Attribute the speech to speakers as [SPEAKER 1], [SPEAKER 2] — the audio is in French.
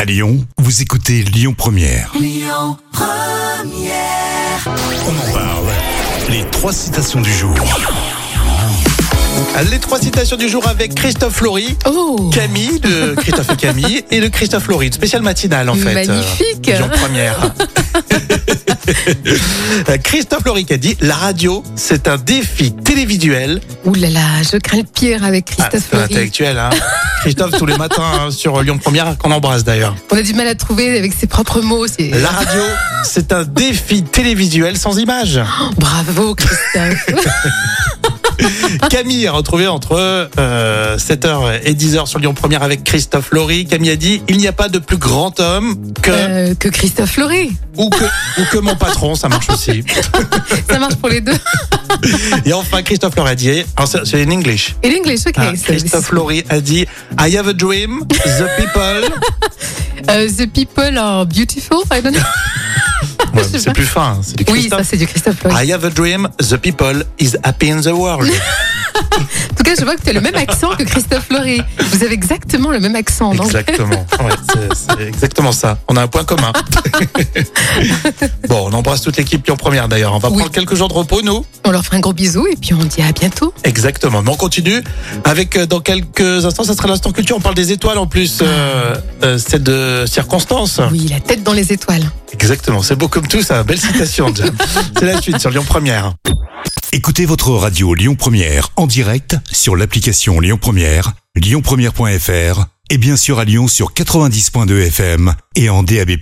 [SPEAKER 1] À Lyon, vous écoutez Lyon Première. On en parle. Les trois citations du jour.
[SPEAKER 2] Les trois citations du jour avec Christophe Laurie,
[SPEAKER 3] Oh
[SPEAKER 2] Camille de Christophe et Camille et de Christophe Laurie, une spéciale matinale en fait.
[SPEAKER 3] Magnifique.
[SPEAKER 2] euh, Lyon première. Christophe Laurie qui a dit la radio c'est un défi télévisuel.
[SPEAKER 3] Ouh là là, je crains le pire avec
[SPEAKER 2] Ah,
[SPEAKER 3] Christophe
[SPEAKER 2] c'est un
[SPEAKER 3] Laurie.
[SPEAKER 2] intellectuel hein. Christophe tous les matins hein, sur Lyon première qu'on embrasse d'ailleurs.
[SPEAKER 3] On a du mal à trouver avec ses propres mots. C'est...
[SPEAKER 2] La radio c'est un défi télévisuel sans images.
[SPEAKER 3] Bravo Christophe.
[SPEAKER 2] Camille est retrouvée entre euh, 7h et 10h sur Lyon Première avec Christophe Laurie. Camille a dit il n'y a pas de plus grand homme que
[SPEAKER 3] Euh, que Christophe Laurie.
[SPEAKER 2] ou que ou que mon patron, ça marche aussi.
[SPEAKER 3] Ça marche pour les deux.
[SPEAKER 2] Et enfin Christophe Laurie a dit alors, c'est c'est in English.
[SPEAKER 3] Et l'English, ok.
[SPEAKER 2] Ah,
[SPEAKER 3] c'est-
[SPEAKER 2] Christophe Laurie a dit I have a dream, the people.
[SPEAKER 3] Euh, the people are beautiful. I don't know.
[SPEAKER 2] Ouais,
[SPEAKER 3] sais
[SPEAKER 2] c'est
[SPEAKER 3] pas.
[SPEAKER 2] plus fin, hein, c'est du
[SPEAKER 3] Oui,
[SPEAKER 2] Christophe.
[SPEAKER 3] ça c'est du Christophe Laurie.
[SPEAKER 2] I have a dream, the people is happy in the world.
[SPEAKER 3] En tout cas, je vois que tu as le même accent que Christophe Laurie. Vous avez exactement le même accent. non
[SPEAKER 2] Exactement. Ouais, c'est- c'est exactement ça. On a un point commun. bon, on embrasse toute l'équipe Lyon Première d'ailleurs. On va
[SPEAKER 3] Oui.
[SPEAKER 2] prendre quelques jours de repos, nous.
[SPEAKER 3] On leur fait un gros bisou et puis on dit à bientôt.
[SPEAKER 2] Exactement. Mais on continue avec euh, dans quelques instants, ça sera l'instant culture. On parle des étoiles en plus. Euh, euh, c'est de circonstance.
[SPEAKER 3] Oui, la tête dans les étoiles.
[SPEAKER 2] Exactement. C'est beau comme tout ça. Belle citation. Jam. c'est la suite sur Lyon Première.
[SPEAKER 1] Écoutez votre radio Lyon Première en direct sur l'application Lyon Première, lyonpremière.fr et bien sûr à Lyon sur 90.2 FM et en DAB+.